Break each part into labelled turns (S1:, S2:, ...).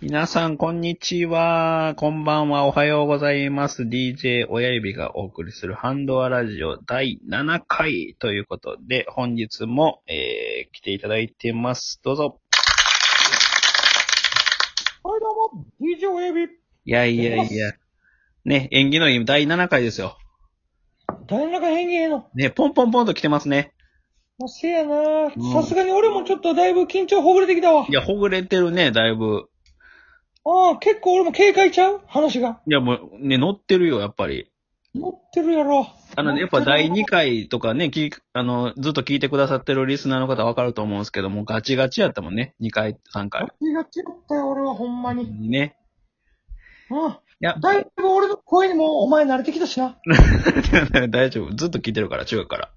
S1: 皆さん、こんにちは。こんばんは。おはようございます。DJ 親指がお送りするハンドアラジオ第7回ということで、本日も、えー、来ていただいてます。どうぞ。
S2: はい、どうも、DJ 親指。
S1: いやいやいや。ね、演技のいい第7回ですよ。
S2: 誰中変形の。
S1: ね、ポンポンポンと来てますね。
S2: まあ、せやな
S1: うん
S2: さすがに俺もちょっとだいぶ緊張ほぐれてきたわ
S1: い。や、ほぐれてるね、だいぶ。
S2: ああ、結構俺も警戒ちゃう話が。
S1: いや、もう、ね、乗ってるよ、やっぱり。
S2: 乗ってるやろ。
S1: あのね、やっぱ第2回とかね、聞きあの、ずっと聞いてくださってるリスナーの方わかると思うんですけども、ガチガチやったもんね、2回、3
S2: ガ
S1: 回。
S2: チガチだったよ、俺はほんまに。
S1: ね。
S2: うん。
S1: いや、
S2: だいぶ俺の声にもお前慣れてきたしな。
S1: 大丈夫。ずっと聞いてるから、中学から。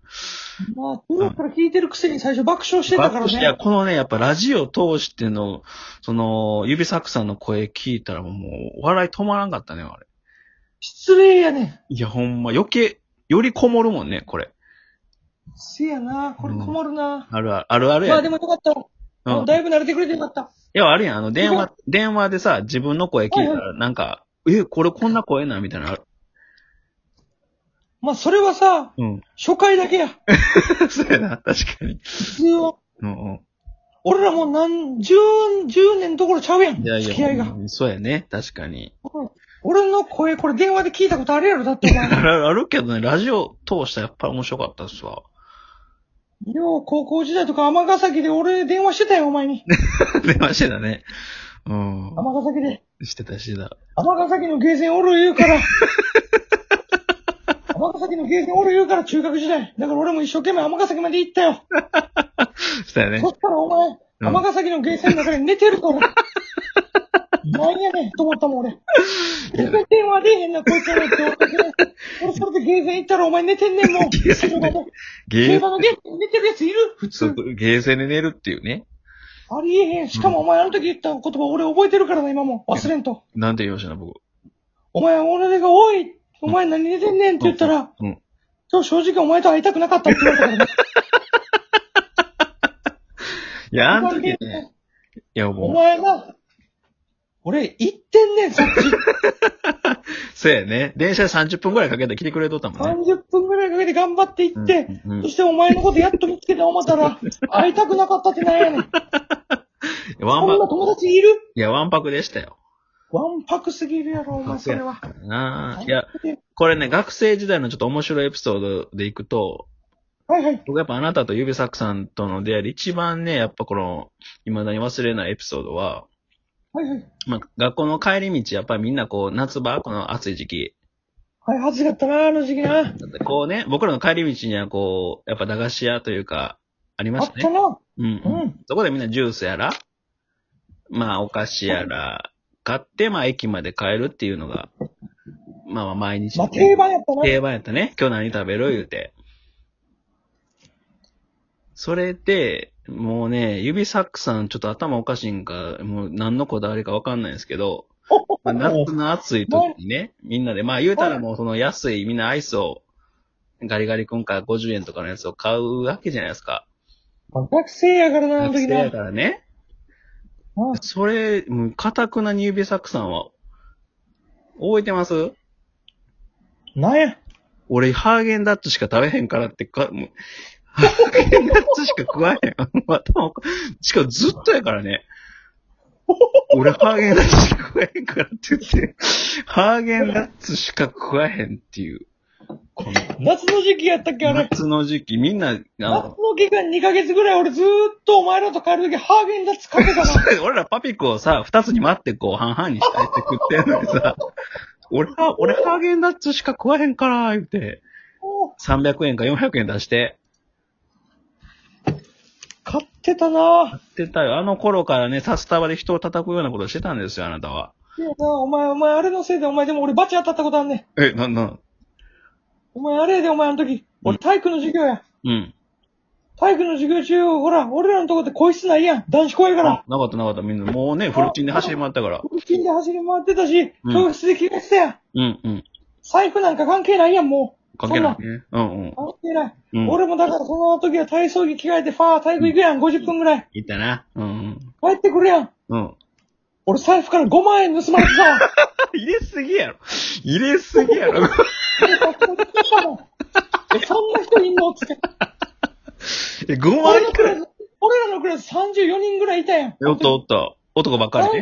S2: まあ、今から聞いてるくせに最初爆笑してたから
S1: バックしていや
S2: ね。
S1: このね、やっぱラジオ通しての、その、指サクさんの声聞いたらもう、笑い止まらんかったね、あれ。
S2: 失礼やねん。
S1: いや、ほんま、余計、よりこもるもんね、これ。
S2: せやなこれ困るな、
S1: あるある、あるある
S2: ま
S1: や
S2: あ
S1: ん。
S2: でもよかった。
S1: うん。
S2: だいぶ慣れてくれてよかった。
S1: いや、あるやん。あの、電
S2: う
S1: 話、電話でさ、自分の声聞いた
S2: は
S1: ら、なんか、え、これこんな声なみたいなのある。
S2: まあ、それはさ、
S1: うん。
S2: 初回だけや。
S1: そうやな、確かに。
S2: 普通は。
S1: うんう
S2: 俺らもう何、十、十年どころちゃうやん。
S1: ん。いやいや、
S2: 付き合いが
S1: ほ。んまにそうやね、確かに。
S2: 俺の声、これ電話で聞いたことあるやろ、だってお
S1: あ
S2: 前。
S1: るあるけどね、ラジオ通したらやっぱり面白かったっすわ。
S2: よう、高校時代とか尼崎で俺電話してたよ、お前に。
S1: 出ましたね。うん。
S2: 尼崎で。
S1: してた、してた。
S2: 尼崎のゲーセンおる言う から。尼崎のゲーセンおる言うから、中学時代。だから俺も一生懸命尼崎まで行ったよ。
S1: したよね
S2: そ。したらお前、
S1: うん
S2: 尼崎のゲーセンの中で寝て るから。なんやねん、と思ったもん、俺。全然電話出えへんな、こいつらって思ったけど。俺それでゲーセン行ったらお前寝てんねん、もう。
S1: ゲーセンで
S2: 競
S1: ゲ
S2: 馬
S1: ー、
S2: のゲーセン寝てるやついる普
S1: そ
S2: 通
S1: う。ゲーセンで寝るっていうね。
S2: ありえへん。しかもお前あの時言った言葉俺覚えてるからな、今も。忘れんと。
S1: なんて言いましたの、僕。
S2: お前、俺が、おいお前何寝てんねんって言ったら、
S1: うん。
S2: 今日正直お前と会いたくなかったって言われたからね。
S1: いや、あの時ね。いや、
S2: お
S1: も
S2: 前が、俺言ってんねん、さっき。
S1: う、そうやね。電車で30分くらいかけて来てくれとったもんね。
S2: 30分くらいかけて頑張って行って、
S1: うんうん
S2: そしてお前のことやっと見つけて思ったら、会いたくなかったってなんやねん。
S1: ワン
S2: こん
S1: パ
S2: な
S1: ク、
S2: 友達いる
S1: いや、ワンパクでしたよ。
S2: わんぱくすぎるやろ、お前それは。
S1: なあ。いや、これね、学生時代のちょっと面白いエピソードでいくと、
S2: はいはい。
S1: 僕やっぱあなたと指作さんとの出会いで一番ね、やっぱこの、未だに忘れないエピソードは、
S2: はいはい。
S1: まあ、学校の帰り道、やっぱりみんなこう、夏場、この暑い時期、
S2: はい、恥ずかったな、あの時期な。
S1: こうね、僕らの帰り道にはこう、やっぱ駄菓子屋というか、ありま
S2: あ
S1: し
S2: ったた
S1: ね。
S2: な。
S1: うん、うん。
S2: うん
S1: そこでみんなジュースやら、まあお菓子やら、買って、まあ駅まで帰るっていうのが、まあまあ毎日、
S2: まあ、定番やったな。
S1: 定番やったね。今日何食べる言うて。それで、もうね、指サックさんちょっと頭おかしいんか、もう何のこだわりかわかんないんですけど、まあ、夏の暑い時にね、みんなで、まあ言うたらもうその安いみんなアイスを、ガリガリ君から50円とかのやつを買うわけじゃないですか。
S2: まあ学生やからな、あの
S1: 学
S2: 時
S1: 生
S2: な。
S1: やからね。
S2: うん
S1: それ、もう、かたくなに指サックさんは、覚えてます
S2: なんや。
S1: 俺、ハーゲンダッツしか食べへんからってか、もう、ハーゲンダッツしか食わへん。 頭おかしかもずっとやからね。俺、ハーゲンダッツしか食わへんからって言って、ハーゲンダッツしか食わへんっていう。この
S2: 夏の時期やったっけ、あれ。
S1: 夏の時期、みんな、あ
S2: 夏
S1: の、
S2: の期間2ヶ月ぐらい俺ずーっとお前らと帰る時ハーゲンダッツかけたな。
S1: 俺らパピコをさ、二つに待ってこう、半々にしてって食ってんのにさ、俺は、俺ハーゲンダッツしか食わへんから、言って、
S2: もう
S1: 300円か400円出して、
S2: 買ってたな。
S1: ってたよ。あの頃からね、札束で人を叩くようなことしてたんですよ、あなたは。
S2: いやな、お前、お前、あれのせいで、お前、でも俺バチ当たったことあんねん。
S1: え、な、な、
S2: お前、あれやで、お前、あの時。俺、体育の授業や。
S1: うん。
S2: 体育の授業中、ほら、俺らのとこって個室ないやん。男子校やか
S1: な
S2: ら
S1: か。ったなかった、みんな。もうね、フルチンで走り回ったから。
S2: 腹筋で走り回ってたし、
S1: うん
S2: 教室で着替えてたやん。
S1: うん、うん。
S2: 財布なんか関係ないやん、もう。
S1: 関係ない
S2: そん
S1: ね。うん、うん。
S2: 関係ない。
S1: うん
S2: 俺もだから、その時は体操着着替えて、ファー、体育行くやん、50分ぐらい。
S1: いったな。うん、
S2: 帰ってくるやん。
S1: うん。うん。
S2: 俺財布から5万円盗まれてさ、
S1: 入れすぎやろ。入れすぎやろ。
S2: 俺財布持ってきたもん。え、そんな人いんのつって。
S1: え、5
S2: 俺
S1: 万
S2: らの
S1: いく
S2: ク
S1: ら
S2: ラス、俺らのクラス34人ぐらいいたやん。
S1: おっとおっと。男ばっかり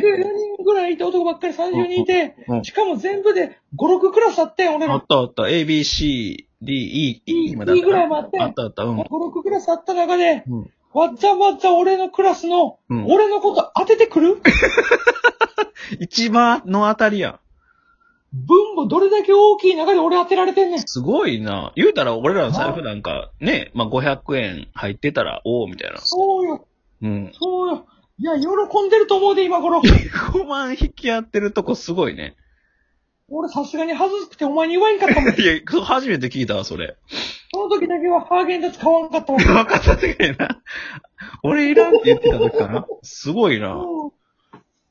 S1: ね。
S2: 34人ぐらいいて男ばっかり30人いて
S1: うんうん、
S2: しかも全部で5、6クラスあってん、俺
S1: あ
S2: ら
S1: っ。たあった。A, B, C, D, E, E まで
S2: E ぐらいもあって
S1: あったあった。うん。
S2: 5、6クラスあった中で、
S1: うん
S2: わっちゃわっちゃ俺のクラスの、
S1: うん
S2: 俺のこと当ててくる
S1: 一番のあたりやん。
S2: 分母どれだけ大きい中で俺当てられてんねん。
S1: すごいな。言うたら俺らの財布なんか、ね、まあ、500円入ってたら、おおみたいな。
S2: そうよ、
S1: うん。
S2: そうよ。いや、喜んでると思うで、今頃。
S1: 5万引き合ってるとこすごいね。
S2: 俺さすがに恥ずくてお前に言わんかった もん。
S1: いや、そう初めて聞いたわ、それ。
S2: その時だけはハーゲンダッツ買わんかったもん。
S1: 分かった時やな。俺いらんって言ってた時かな。すごいな。
S2: うん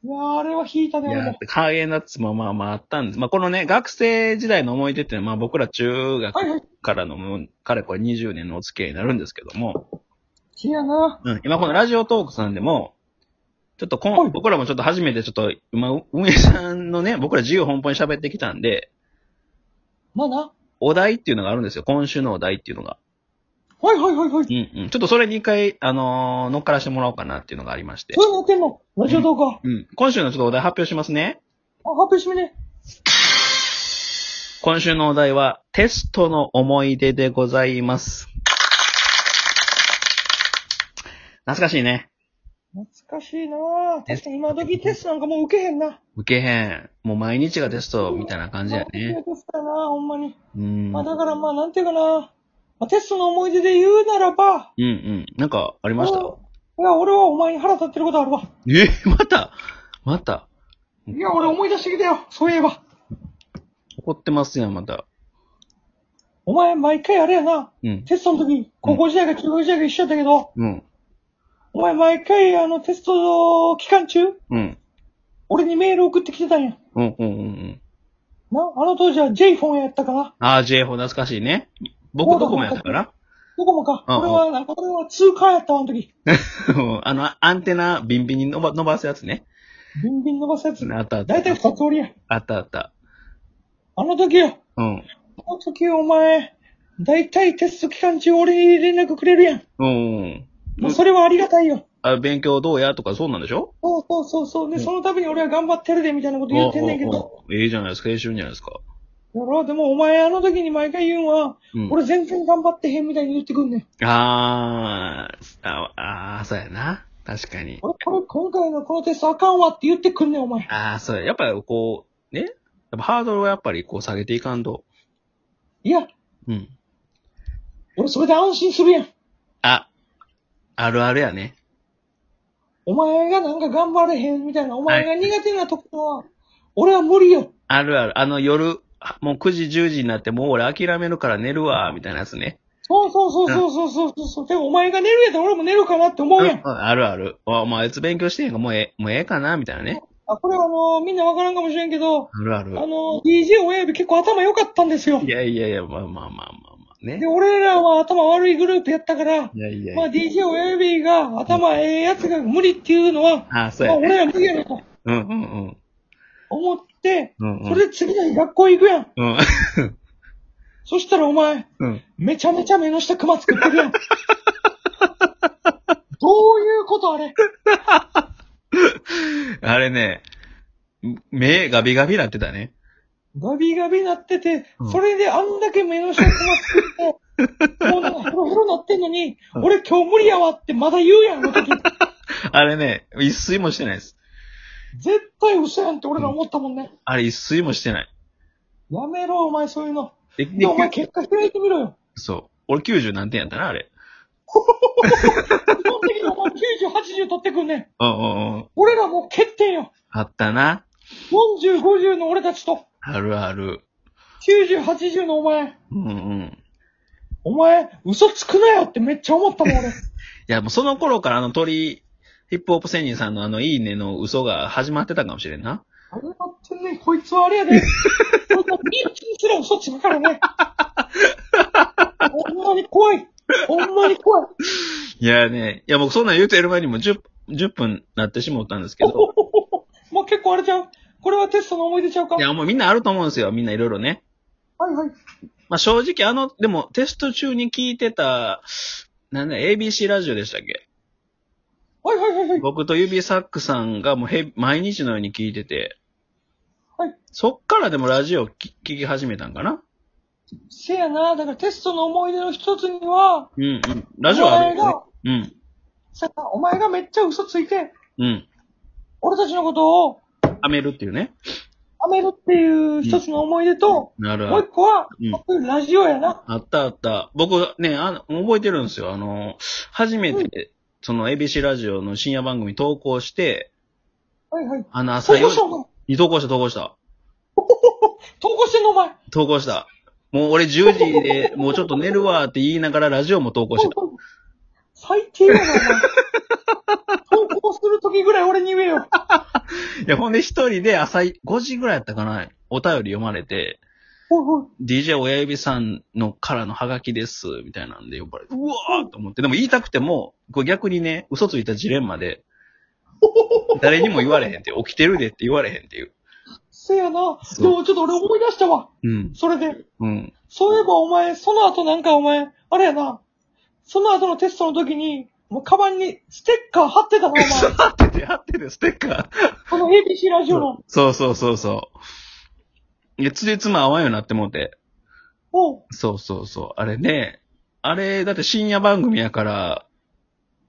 S2: いやーあれは引いたね、
S1: い
S2: 俺
S1: や
S2: も。、
S1: ハーゲンダッツもまあまああったんです。まあこのね、学生時代の思い出っていうのは、まあ僕ら中学
S2: はいはい。
S1: からのもう、かれこれ20年のお付き合いになるんですけども、
S2: せやな。
S1: うん、今このラジオトークさんでも、ちょっとこん、
S2: はい
S1: 僕らもちょっと初めてちょっと、まあ運営さんのね、僕ら自由奔放に喋ってきたんで、
S2: まあな。
S1: お題っていうのがあるんですよ。今週のお題っていうのが。
S2: はいはいはいはい。
S1: うんうん。ちょっとそれに一回、あのー乗っからしてもらおうかなっていうのがありまして
S2: そ。ういうのやってんのラジオ動画。あ、
S1: うん。今週のちょっとお題発表しますね。
S2: 発表してみね。
S1: 今週のお題は、テストの思い出でございます。懐かしいね。
S2: 懐かしいなぁ。確かに今時テストなんかもう受けへんな。
S1: 受けへん。もう毎日がテストみたいな感じだよね。
S2: テストやなほんまに。
S1: うん。
S2: まあだからまあなんていうかなまあテストの思い出で言うならば、
S1: うんうん。なんか、ありました
S2: いや、俺はお前に腹立ってることあるわ。
S1: え、またまた
S2: いや、俺思い出してきたよ。そういえば。
S1: 怒ってますやん、また。
S2: お前、毎回あれやな。
S1: うん。
S2: テストの時、高校時代か中学時代か一緒やったけど、
S1: うん。
S2: お前毎回あのテスト期間中、
S1: うん。
S2: 俺にメール送ってきてたんや。
S1: うん、うん、うんうん。
S2: な、あの当時は j フォンやったかな。
S1: あー、J4 懐かしいね。僕どこもやったかな
S2: どこもか。
S1: うんうん
S2: 俺はなんか、俺は通貨やったわ、あの時。
S1: うんあの、アンテナ、ビンビンに伸ば伸ばすやつね。
S2: ビンビン伸ばすやつ。
S1: あったあった。
S2: 大体二つ折りや。
S1: あったあった。
S2: あの時よ。
S1: うん。
S2: あの時お前、大体テスト期間中俺に連絡くれるやん。
S1: うん。
S2: もうそれはありがたいよ。
S1: あ勉強どうやとかそうなんでしょ
S2: そうそうそうそう。で、その度に俺は頑張ってるで、みたいなこと言ってんねんけど。
S1: おうおうおうええじゃないですか、ええじゃないですか。
S2: やろでもお前あの時に毎回言うんは、
S1: うん
S2: 俺全然頑張ってへんみたいに言ってくんねん。
S1: あー、ああー、そうやな。確かに。
S2: 俺、これ、今回のこのテストあかんわって言ってくんねん、お前。
S1: ああ、そうや。やっぱりこう、ねやっぱハードルをやっぱりこう下げていかんと。
S2: いや、
S1: うん。
S2: 俺それで安心するやん。
S1: あ、あるあるやね。
S2: お前がなんか頑張れへんみたいな、お前が苦手なとこは、俺は無理よ。
S1: あるある。あの夜、もう9時、10時になって、もう俺諦めるから寝るわ、みたいなやつね。
S2: そうそうそうそうそうそうそう。でもお前が寝るやったら俺も寝るかなって思うやん。
S1: あるある。あ、まあ、あいつ勉強してへんか、もうええ、もうええかな、みたいなね。
S2: あ、これはあのーみんなわからんかもしれんけ
S1: あ
S2: ど、
S1: るあ
S2: あ
S1: る。
S2: のー DJ 親指結構頭良かったんですよ
S1: い。やいやいや、まあまあまあまあまあね
S2: で、。俺らは頭悪いグループやったか
S1: い
S2: ら、
S1: やいやい
S2: まあ
S1: や。
S2: DJ 親指が頭ええやつが無理っていうのは、
S1: ああ、そう
S2: まあ
S1: やね。
S2: 俺ら無理やろと
S1: うんうんうん。
S2: 思って、
S1: うんうん
S2: それで次の日学校行くやん。
S1: うん。
S2: そしたらお前、
S1: うん。
S2: めちゃめちゃ目の下クマ作ってる やん。どういうことあれ
S1: あれね、目ガビガビなってたね。
S2: ガビガビなってて
S1: うん、
S2: それであんだけ目の下クマ作って、もうなんかヘロヘロなってんのに、
S1: うん
S2: 俺今日無理やわってまだ言うやん、あの時。
S1: あれね、一睡もしてないです。
S2: 絶対嘘やんって俺ら思ったもんね。
S1: あれ一睡もしてない。
S2: やめろ、お前そういうの。
S1: で、
S2: で、
S1: で
S2: お前結果開いてみろよ。
S1: そう。俺90何点やったな、あれ。
S2: その時にお前90、80取ってくんねん。
S1: うんうんうん。
S2: 俺らもう欠点よ。
S1: あったな。
S2: 40、50の俺たちと、
S1: あるある。
S2: 90、80のお前。
S1: うんうん。
S2: お前、嘘つくなよってめっちゃ思ったもん、俺。
S1: いや、もうその頃からあの鳥、ヒップホップ仙人さんのあのいいねの嘘が始まってたかもしれんな。
S2: あれやってんねん、こいつはあれやで。こいつはミッキーすら嘘つくからね。ほんまに怖い。ほんまに怖い。
S1: いやね、いや僕そんなん言うてる前にも10、10分なってしもったんですけど、
S2: もう結構あれちゃうこれはテストの思い出ちゃうか
S1: いや、もうみんなあると思うんですよ。みんないろいろね。
S2: はいはい。
S1: まあ正直あの、でもテスト中に聞いてた、なんだ、ABC ラジオでしたっけ
S2: はいはいはいはい。
S1: 僕と指サックさんがもうへ毎日のように聞いてて、
S2: はい。
S1: そっからでもラジオき聞き始めたんかな
S2: せやな、だからテストの思い出の一つには、
S1: うんうん。ラジオあるよね。
S2: せやなお前がめっちゃ嘘ついて、
S1: うん。うん。
S2: 俺たちのことを
S1: はめるっていうね。
S2: はめるっていう一つの思い出と、
S1: なる
S2: もう一個は、ラジオやな。
S1: あったあった。僕ね、あの、覚えてるんですよ。あの、初めて、その ABC ラジオの深夜番組投稿して、
S2: はいはい。
S1: あの朝
S2: 投
S1: 4
S2: 稿したお前。
S1: 時、投稿した投稿した。
S2: 投稿してんのお前。
S1: 投稿した。もう俺10時で、 もうちょっと寝るわって言いながらラジオも投稿してた。
S2: 最低やな、お前。投稿するときぐらい俺に言えよ。
S1: いや、ほんで一人で朝い5時ぐらいやったかな、お便り読まれて、
S2: おいおい
S1: DJ 親指さんのからのハガキです、みたいなんで呼ばれて、うわーと思って、でも言いたくても、これ逆にね、嘘ついたジレンマで、 誰にも言われへんって、起きてるでって言われへんっていう。
S2: せやな。
S1: そう
S2: でもちょっと俺思い出したわ。
S1: うん。
S2: それで。
S1: うん。
S2: そういえばお前、その後なんかお前、あれやな。その後のテストの時に、もうカバンにステッカー貼ってた な、お前。
S1: 貼ってて、貼ってて、ステッカ
S2: この ABC ラジオ
S1: ー
S2: の。。
S1: そうそうそうそう。いや、つじつま合わんようになってもうて。
S2: おう
S1: そうそうそう。あれね、あれ、だって深夜番組やから、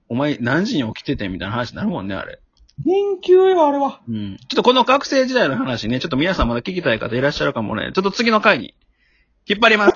S1: お前何時に起きててみたいな話になるもんね、あれ。
S2: 電球よ、あれは。
S1: うん。ちょっとこの学生時代の話ね、ちょっと皆さんまだ聞きたい方いらっしゃるかもね、ちょっと次の回に引っ張ります。